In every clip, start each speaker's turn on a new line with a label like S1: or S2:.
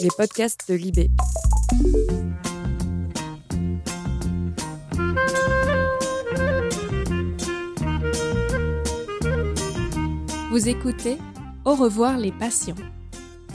S1: les podcasts de Libé.
S2: Vous écoutez Au revoir les patients,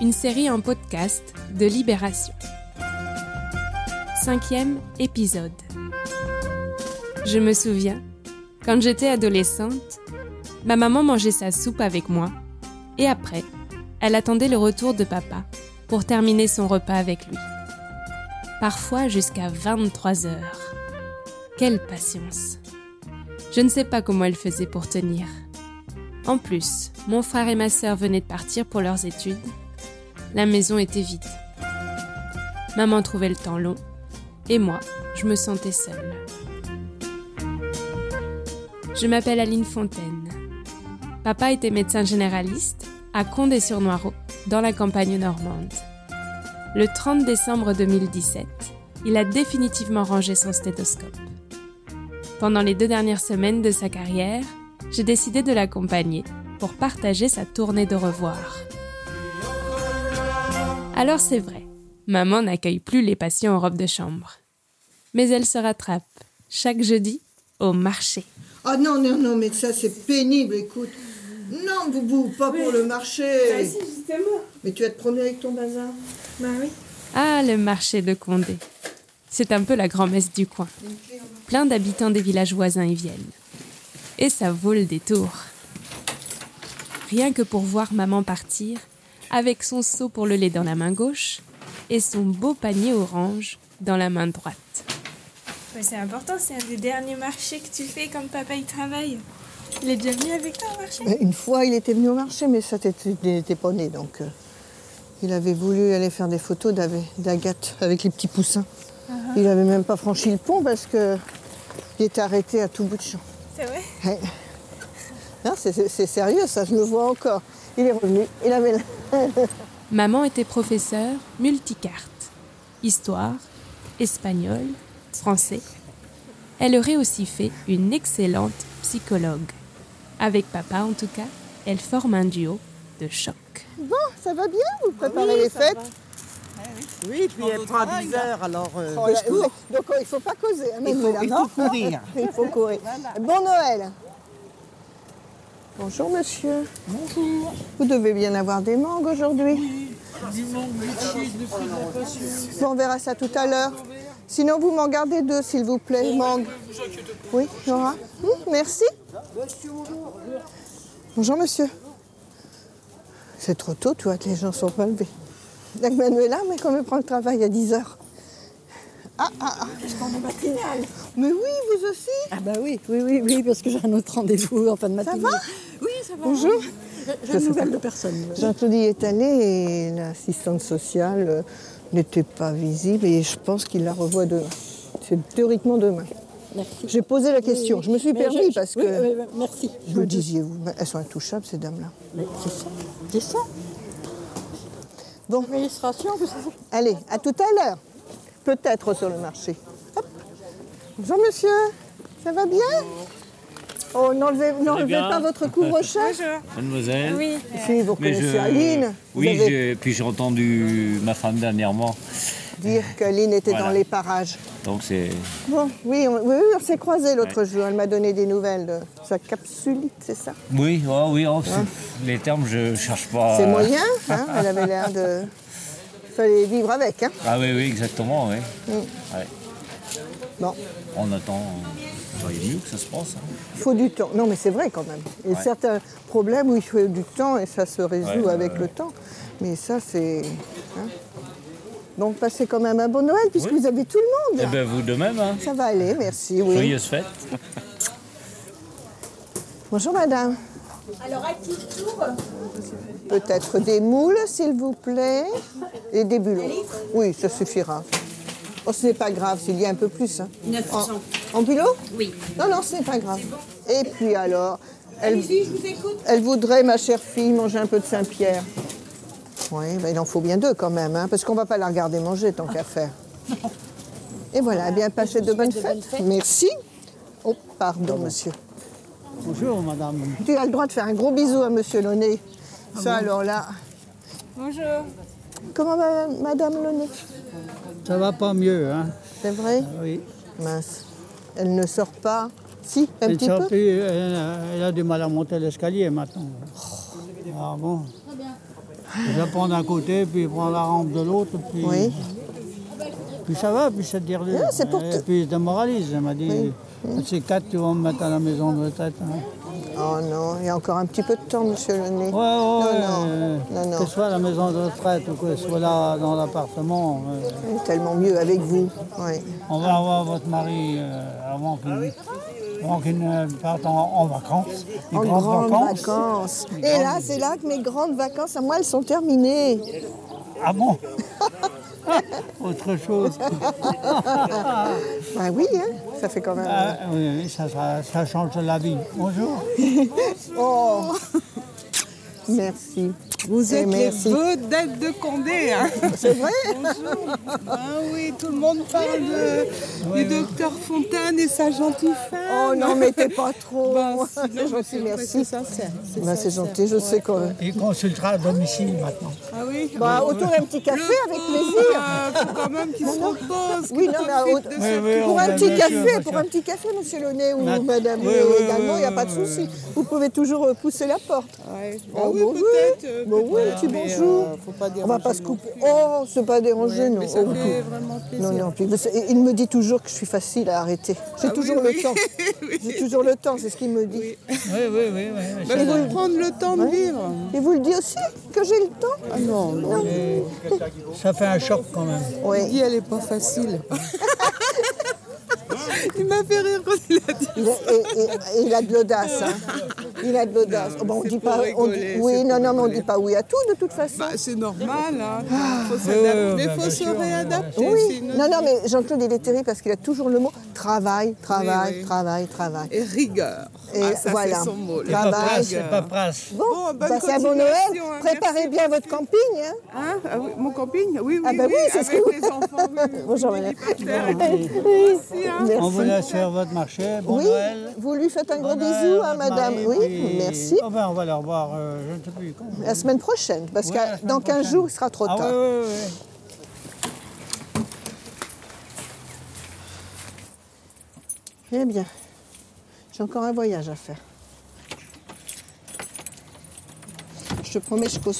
S2: une série en podcast de Libération. Cinquième épisode. Je me souviens, quand j'étais adolescente, ma maman mangeait sa soupe avec moi et après, elle attendait le retour de papa pour terminer son repas avec lui. Parfois jusqu'à 23 heures. Quelle patience. Je ne sais pas comment elle faisait pour tenir. En plus, mon frère et ma sœur venaient de partir pour leurs études. La maison était vide. Maman trouvait le temps long et moi, je me sentais seule. Je m'appelle Aline Fontaine. Papa était médecin généraliste à Condé-sur-Noireau, dans la campagne normande. Le 30 décembre 2017, il a définitivement rangé son stéthoscope. Pendant les deux dernières semaines de sa carrière, j'ai décidé de l'accompagner pour partager sa tournée de revoir. Alors c'est vrai, maman n'accueille plus les patients en robe de chambre. Mais elle se rattrape, chaque jeudi, au marché.
S3: Ah non, non, non, mais ça c'est pénible, écoute. Non, Boubou, pas
S4: Oui.
S3: pour le marché.
S4: Bah si, justement.
S3: Mais tu vas te promener avec ton bazar.
S4: Bah oui.
S2: Ah, le marché de Condé. C'est un peu la grand-messe du coin. Plein d'habitants des villages voisins y viennent. Et ça vaut le détour. Rien que pour voir maman partir, avec son seau pour le lait dans la main gauche et son beau panier orange dans la main droite.
S4: Bah, c'est important, c'est un des derniers marchés que tu fais quand papa y travaille. Il est déjà venu avec toi au marché
S3: Euh, Une fois, il était venu au marché, mais ça t'était n'était pas né, donc. euh, il avait voulu aller faire des photos d'Ave- d'Agathe avec les petits poussins.
S4: Uh-huh.
S3: Il avait même pas franchi le pont parce que il était arrêté à tout bout de champ.
S4: C'est vrai
S3: Ouais. Non, c'est- c'est c'est sérieux, ça, je le vois encore. Il est revenu, il avait la-
S2: Maman était professeure multicarte. Histoire, espagnol, français. Elle aurait aussi fait une excellente psychologue. Avec papa en tout cas, elle forme un duo de choc.
S3: Bon, ça va bien Vous préparez les fêtes
S5: Oui, puis elle prend 10 heures, alors... euh,
S3: Oh là- Donc oh, il faut pas causer. hein,
S5: il,
S3: Manuela,
S5: faut, il
S3: non
S5: faut courir.
S3: Il faut courir. Bon Noël. Bonjour monsieur.
S5: Bonjour.
S3: Vous devez bien avoir des mangues aujourd'hui. Bon, on verra ça tout à l'heure. Sinon vous m'en gardez deux s'il vous plaît, mangues. Oui, Nora. Hum, merci. Bonjour monsieur. C'est trop tôt, tu vois que les gens sont pas levés. Donc Manuela, mais comme elle prend le travail à 10 heures. Ah ah ah. Mais oui, vous aussi.
S6: Ah bah oui, oui, oui, oui, parce que j'ai un autre rendez-vous en fin de matinée.
S3: va
S6: oui, ça va.
S3: Bonjour.
S6: J'ai une nouvelle de personne.
S3: Jean-Claude y est allé et l'assistante sociale euh, n'était pas visible et je pense qu'il la revoit demain. C'est théoriquement demain.
S6: Merci.
S3: J'ai posé la question, je me suis
S6: Mais
S3: permis
S6: je-
S3: parce que
S6: oui, oui, oui, merci.
S3: vous le disiez vous, mais elles sont intouchables ces dames-là.
S6: Mais c'est ça, c'est ça.
S3: Bon.
S6: Administration, vous savez.
S3: Allez, à tout à l'heure. Peut-être sur le marché. Hop. Bonjour monsieur, ça va bien Oh, n'enlevez n'enlevez
S7: bien.
S3: pas votre couvre-chef.
S7: Mademoiselle
S4: Oui.
S3: Si, Ah vous
S7: Mais je-
S3: reconnaissez Aline.
S7: Oui,
S3: vous avez
S7: j'ai- puis j'ai entendu ma femme dernièrement.
S3: dire qu'Aline était dans
S7: Voilà.
S3: les parages.
S7: Donc c'est.
S3: Bon, oui, on, oui, oui, on s'est croisés l'autre jour. Elle m'a donné des nouvelles de sa capsulite, c'est ça
S7: Oui, oh, oui, oh, c'est- les termes, je cherche pas.
S3: Hein C'est moyen, hein Elle avait l'air de. Fallait vivre avec, hein
S7: Ah oui, oui, exactement, oui. Ouais.
S3: Bon,
S7: On attend. Ça va mieux que ça se passe. hein.
S3: faut du temps. Non, mais c'est vrai quand même. Il y a
S7: Ouais.
S3: certains problèmes où il faut du temps et ça se résout
S7: Ouais,
S3: avec
S7: ouais,
S3: le temps. Mais ça, c'est. hein Donc, passez quand même un bon Noël puisque
S7: Oui.
S3: vous avez tout le
S7: Eh
S3: monde.
S7: bien, vous de même, hein.
S3: Ça va aller, merci. Oui.
S7: Joyeuses fêtes.
S3: Bonjour madame. Alors à qui tour Peut-être des moules, s'il vous plaît. Et des bulots. Oui, ça suffira. Oh, ce n'est pas grave, s'il y a un peu plus. hein. En, en bulot Oui. Non, non, ce n'est pas grave. Et puis alors, elle, elle voudrait, ma chère fille, manger un peu de Saint-Pierre. Oui, ben, il en faut bien deux quand même, hein, parce qu'on ne va pas la regarder manger tant qu'à faire. Et voilà, eh bien passez de bonnes fêtes. Merci. Oh, pardon, monsieur.
S5: Bonjour, madame.
S3: Tu as le droit de faire un gros bisou à Monsieur Launay. Ça, alors là,
S4: Bonjour.
S3: Comment va Madame Launay
S1: Ça va pas mieux, hein
S3: C'est vrai
S1: Oui.
S3: Mince. Elle ne sort pas. Si, un
S1: Elle,
S3: petit
S1: sort
S3: peu.
S1: plus, elle, a- elle a du mal à monter l'escalier maintenant. Ah bon Je la prends d'un côté, puis je prends la rampe de l'autre, puis,
S3: Oui.
S1: puis ça va, puis ça te dire.
S3: Non, c'est pour
S1: Et
S3: te-
S1: puis je démoralise, elle m'a dit. Ces quatre, tu vas me mettre à la maison de retraite. hein.
S3: Oh non, il y a encore un petit peu de temps, Monsieur Launay.
S1: Ouais, ouais,
S3: non,
S1: euh,
S3: non, non.
S1: Que ce soit à la maison de retraite ou que ce soit là dans l'appartement, euh,
S3: C'est Tellement mieux avec vous. Ouais.
S1: on va avoir votre mari euh, avant qu'il avant qu'il ne parte en, en vacances. Des
S3: En
S1: grandes
S3: grandes
S1: vacances.
S3: vacances. Et là, c'est là que mes grandes vacances, à moi, elles sont terminées.
S1: Ah bon Autre chose.
S3: Bah oui, hein, ça fait quand même.
S1: Ah, oui, oui, ça, ça- ça change la vie. Bonjour.
S3: Oh Merci.
S5: Vous
S3: Eh,
S5: êtes les
S3: merci.
S5: vedettes de Condé. Hein.
S3: C'est vrai
S5: Ah oui, tout le monde parle de- du docteur Fontaine et sa gentille femme.
S3: Oh non, mais t'es pas trop.
S5: Ben, si, non,
S3: c'est gentil,
S5: mais
S3: merci.
S5: C'est sincère. c'est
S3: Bah, c'est
S5: sincère.
S3: gentil, je sais quand même.
S1: Il consultera à domicile maintenant.
S5: Ah oui.
S3: Bah, autour d'un petit café, avec plaisir.
S5: Il faut quand même qu'il se repose.
S3: Oui,
S5: qu'il
S3: non, mais
S5: profite
S3: au-
S5: de
S3: Oui,
S5: sa
S1: oui,
S5: petite
S1: on
S3: Pour un
S1: va
S3: petit
S1: bien sûr,
S3: café,
S1: bien
S3: pour
S1: sûr.
S3: un petit café, monsieur Launay, ou
S1: Ah,
S3: madame
S1: oui,
S3: Launay
S1: oui,
S3: également, il
S1: oui,
S3: n'y a pas de
S1: oui,
S3: souci. Vous pouvez toujours euh, pousser la porte.
S5: Ouais.
S3: Oh,
S5: Ah oui,
S3: bon, oui.
S5: peut-être. euh,
S3: Bon, oui,
S5: peut-être,
S3: un petit
S5: mais,
S3: bonjour.
S5: euh, faut
S3: On
S5: pas
S3: va
S5: déranger
S3: pas se
S5: non
S3: couper.
S5: plus. hein.
S3: Oh, c'est pas dérangé, non.
S5: Mais ça
S3: Oh,
S5: fait vraiment
S3: Non,
S5: plaisir.
S3: non, puis vous savez, il me dit toujours que je suis facile à arrêter. J'ai toujours
S5: Ah oui,
S3: le
S5: oui.
S3: temps. J'ai toujours le temps, c'est ce qu'il me dit.
S1: Oui, oui, oui. oui.
S5: Bah, faut prendre le temps de vivre.
S3: Et vous le dit aussi que j'ai le temps
S5: Ah non, non.
S1: Ça fait un choc quand même.
S5: Il
S3: Oui.
S5: dit elle est pas facile. il m'a fait rire quand il a dit.
S3: Il a, et- et- et il a de l'audace. hein. Il a de l'audace. Bon, on
S5: c'est
S3: dit
S5: pour
S3: pas. on dit-
S5: rigoler,
S3: oui,
S5: c'est
S3: non,
S5: pour
S3: non, mais on
S5: rigoler.
S3: dit pas oui à tout de toute façon.
S5: Bah, c'est normal, hein.
S3: Ah.
S5: faut s'adapter.
S3: Oh,
S1: ouais,
S5: Mais
S1: bah,
S5: faut
S1: bien
S5: se
S1: sûr,
S5: réadapter. c'est
S3: oui.
S5: une
S3: Non, non,
S5: vie.
S3: mais Jean-Claude, il est terrible parce qu'il a toujours le mot travail, travail,
S5: Oui, oui.
S3: travail, travail.
S5: Et rigueur.
S3: Et
S5: ah, ça,
S3: voilà.
S5: c'est son mot.
S3: Ah bah,
S1: Paperasse,
S5: rigueur.
S1: c'est paperasse.
S3: Bon,
S5: Bon, bonne
S3: passez un bon Noël.
S5: continuation, hein,
S3: Préparez
S5: merci,
S3: bien votre camping. hein.
S5: Hein Ah oui, mon camping Oui, oui,
S3: Ah bah oui, c'est ce
S5: avec
S3: que-
S5: les enfants. Oui, oui,
S3: Bonjour,
S5: oui,
S3: madame.
S5: par terre et tout. Merci, hein.
S1: On vous
S3: Merci.
S1: laisse faire votre marché. Bon
S3: oui,
S1: Noël.
S3: vous lui faites un gros
S1: Bon Noël,
S3: bisou, hein,
S1: votre
S3: madame.
S1: mari,
S3: Oui,
S1: puis-
S3: merci.
S1: Oh, ben, on va le revoir, euh, je ne sais plus quand.
S3: La semaine prochaine, parce
S1: Ouais,
S3: que
S1: la semaine
S3: dans 15
S1: prochaine.
S3: jours, il sera trop
S1: Ah
S3: tard.
S1: oui, oui, oui.
S3: Eh bien, j'ai encore un voyage à faire. Je te promets, je cause.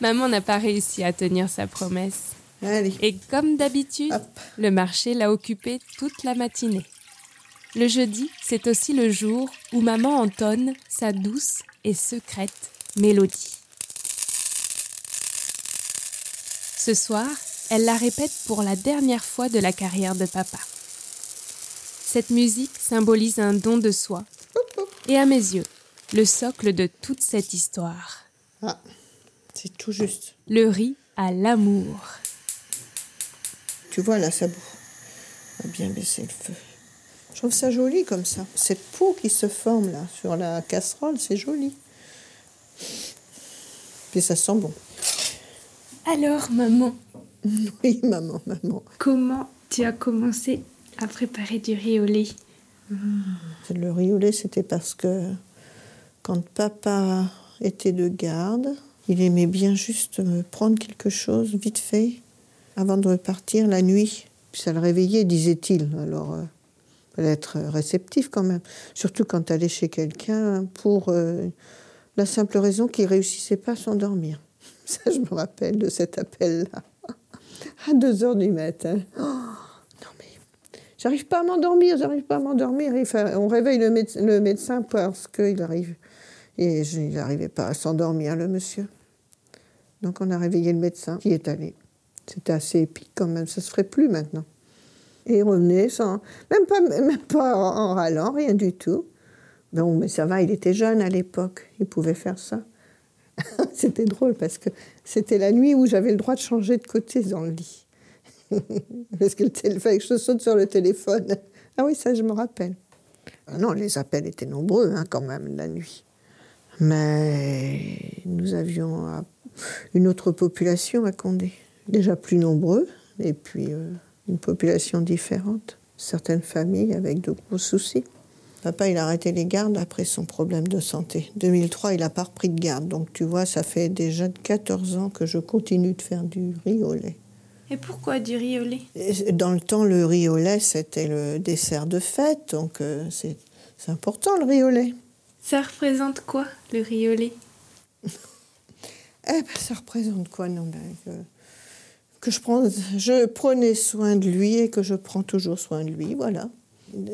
S2: Maman n'a pas réussi à tenir sa promesse.
S3: Allez.
S2: Et comme d'habitude, le marché l'a occupé toute la matinée. Le jeudi, c'est aussi le jour où maman entonne sa douce et secrète mélodie. Ce soir, elle la répète pour la dernière fois de la carrière de papa. Cette musique symbolise un don de soi et à mes yeux, le socle de toute cette histoire.
S3: Ah, C'est tout juste.
S2: Le riz à l'amour.
S3: Tu vois, là, ça bou- a bien baissé le feu. Je trouve ça joli comme ça. Cette peau qui se forme là sur la casserole, c'est joli. Puis ça sent bon.
S4: Alors, maman,
S3: Oui, maman, maman.
S4: comment tu as commencé à préparer du riz au lait
S3: Le riz au lait, c'était parce que quand papa était de garde, il aimait bien juste me prendre quelque chose vite fait avant de repartir la nuit. Puis ça le réveillait, disait-il. Alors, euh, fallait être réceptif quand même. Surtout quand t'allais chez quelqu'un pour euh, la simple raison qu'il réussissait pas à s'endormir. Ça, je me rappelle de cet appel-là. À 2 heures du matin. Oh, non mais J'arrive pas à m'endormir, j'arrive pas à m'endormir. Et enfin, on réveille le, méde- le médecin parce qu'il arrive. Et je- il n'arrivait pas à s'endormir, le monsieur. Donc on a réveillé le médecin qui est allé. C'était assez épique quand même, ça se ferait plus maintenant. Et il revenait sans. Même pas, même pas en, en râlant, rien du tout. Bon, mais ça va, il était jeune à l'époque, il pouvait faire ça. c'était drôle parce que c'était la nuit où j'avais le droit de changer de côté dans le lit. Parce que le téléphone, fallait que je saute sur le téléphone. Ah oui, ça, je me rappelle. Ah Non, les appels étaient nombreux, hein, quand même, la nuit. Mais nous avions à- une autre population à Condé. Déjà plus nombreux, et puis euh, une population différente. Certaines familles avec de gros soucis. Papa, il a arrêté les gardes après son problème de santé. 2003, il a pas repris de garde. Donc, tu vois, ça fait déjà 14 ans que je continue de faire du riz au lait.
S4: Et pourquoi du riz au lait
S3: Et Dans le temps, le riz au lait, c'était le dessert de fête. Donc, euh, c'est c'est important, le riz au lait.
S4: Ça représente quoi, le riz au lait
S3: Eh ben, ça représente quoi, non ben, euh, Que je, prends, je prenais soin de lui et que je prends toujours soin de lui, voilà.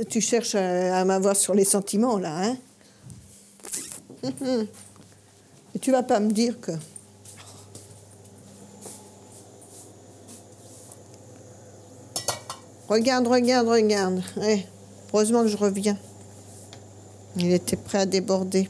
S3: Tu cherches à, à m'avoir sur les sentiments, là, hein Mhm. Et tu vas pas me dire que... Regarde, regarde, regarde. Ouais, heureusement que je reviens. Il était prêt à déborder.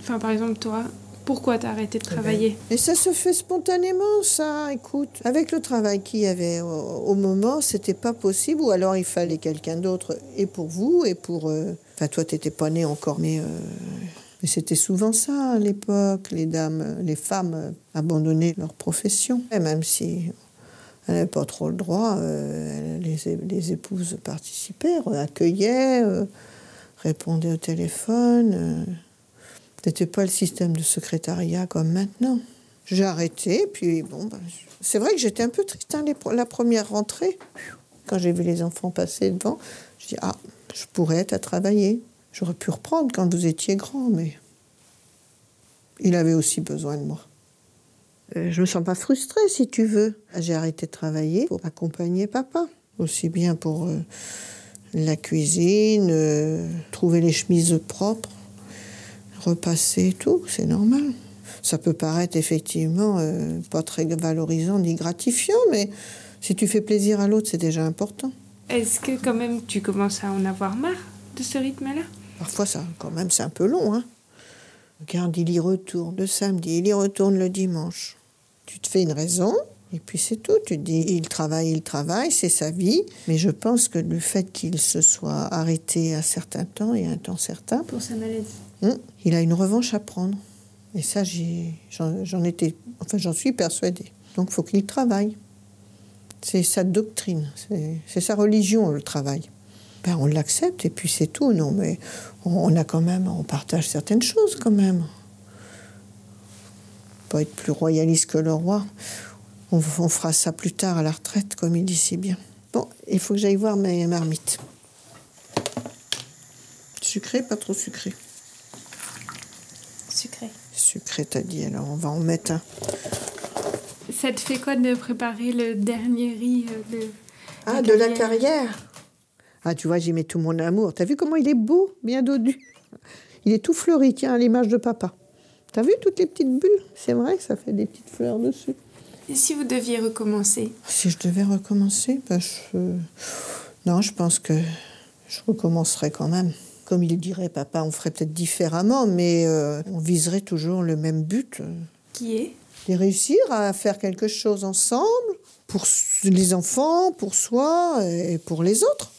S4: Enfin, par exemple, toi, pourquoi t'as arrêté de travailler
S3: Et ça se fait spontanément, ça, écoute. Avec le travail qu'il y avait au, au moment, c'était pas possible, ou alors il fallait quelqu'un d'autre, et pour vous, et pour. euh, Enfin, toi, t'étais pas né encore, mais. euh, Mais c'était souvent ça à l'époque, les dames, euh, les femmes euh, abandonnaient leur profession. Et même si elle n'avait pas trop le droit, euh, les, é- les épouses participaient, accueillaient, euh, répondaient au téléphone. euh. C'était pas le système de secrétariat comme maintenant. J'ai arrêté, puis bon, ben, je- c'est vrai que j'étais un peu triste hein, les pro- la première rentrée. Quand j'ai vu les enfants passer devant, je dis ah, je pourrais être à travailler. J'aurais pu reprendre quand vous étiez grand, mais il avait aussi besoin de moi. Euh, je me sens pas frustrée, si tu veux. J'ai arrêté de travailler pour accompagner papa, aussi bien pour euh, la cuisine, euh, trouver les chemises propres repasser et tout, c'est normal. Ça peut paraître effectivement euh, pas très valorisant ni gratifiant, mais si tu fais plaisir à l'autre, c'est déjà important.
S4: Est-ce que quand même tu commences à en avoir marre de ce rythme-là
S3: Parfois, ça, quand même, c'est un peu long. Hein. Regarde, il y retourne le samedi, il y retourne le dimanche. Tu te fais une raison, et puis c'est tout. Tu te dis, il travaille, il travaille, c'est sa vie. Mais je pense que le fait qu'il se soit arrêté à certains temps et à un temps certain,
S4: pour sa maladie
S3: Hmm. Il a une revanche à prendre. Et ça, j'ai- j'en j'en étais, enfin, j'en suis persuadée. Donc, faut qu'il travaille. C'est sa doctrine, c'est- c'est sa religion, le travail. Ben, on l'accepte et puis c'est tout. Non, mais on, on a quand même, on partage certaines choses quand même. Faut Pas être plus royaliste que le roi. On, on fera ça plus tard à la retraite, comme il dit si bien. Bon, il faut que j'aille voir ma marmite. Sucré, pas trop sucré.
S4: Sucré.
S3: Sucré, t'as dit, alors on va en mettre un.
S4: Ça te fait quoi de préparer le dernier riz euh, de
S3: Ah, de la carrière Ah, tu vois, j'y mets tout mon amour. T'as vu comment il est beau, bien dodu Il est tout fleuri, tiens, à l'image de papa. T'as vu toutes les petites bulles C'est vrai que ça fait des petites fleurs dessus.
S4: Et si vous deviez recommencer
S3: Si je devais recommencer, ben, je... Non, je pense que je recommencerais quand même. Comme il dirait papa, on ferait peut-être différemment, mais euh, on viserait toujours le même but. euh.
S4: Qui est
S3: et réussir à faire quelque chose ensemble pour s- les enfants, pour soi et pour les autres.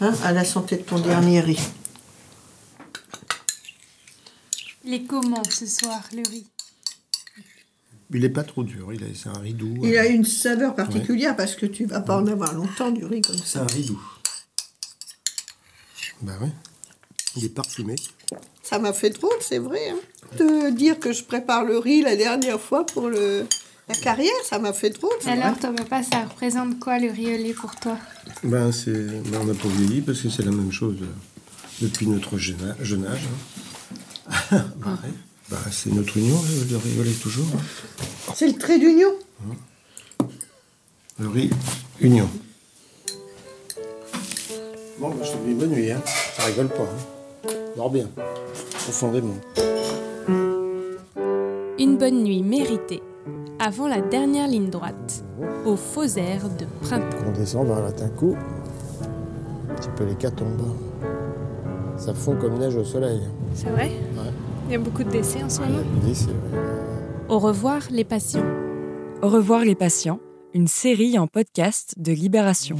S3: Hein, à la santé de ton dernier riz.
S4: Il est comment ce soir, le riz
S8: Il n'est pas trop dur, il a- c'est un riz doux.
S3: Il
S8: euh,
S3: a une saveur particulière parce que tu vas pas en avoir longtemps du riz comme
S8: C'est
S3: ça.
S8: un riz doux. Bah ouais. Il est parfumé.
S3: Ça m'a fait drôle, c'est vrai. hein. De dire que je prépare le riz la dernière fois pour le... la carrière, ça m'a fait drôle. c'est vrai.
S4: Alors, ton papa, ça représente quoi le riz au lait pour toi
S8: Ben, c'est, ben, on n'a pas vieilli parce que c'est la même chose euh, depuis notre jeune a- jeune âge. hein. bah, ouais. Bah, c'est notre union, le, le riz au lait, toujours. hein.
S3: C'est le trait d'union.
S8: Le riz union. Bon, ben, je te dis bonne nuit. Hein. Ça rigole pas. hein. Dors bien. Profondément.
S2: Une bonne nuit méritée avant la dernière ligne droite, au faux air de printemps.
S8: On descend vers l'Ataku. Un petit peu les catombes. Ça fond comme neige au soleil.
S4: C'est vrai Il y a beaucoup de décès en ce moment.
S2: Au revoir les patients.
S9: Au revoir les patients, une série en podcast de Libération.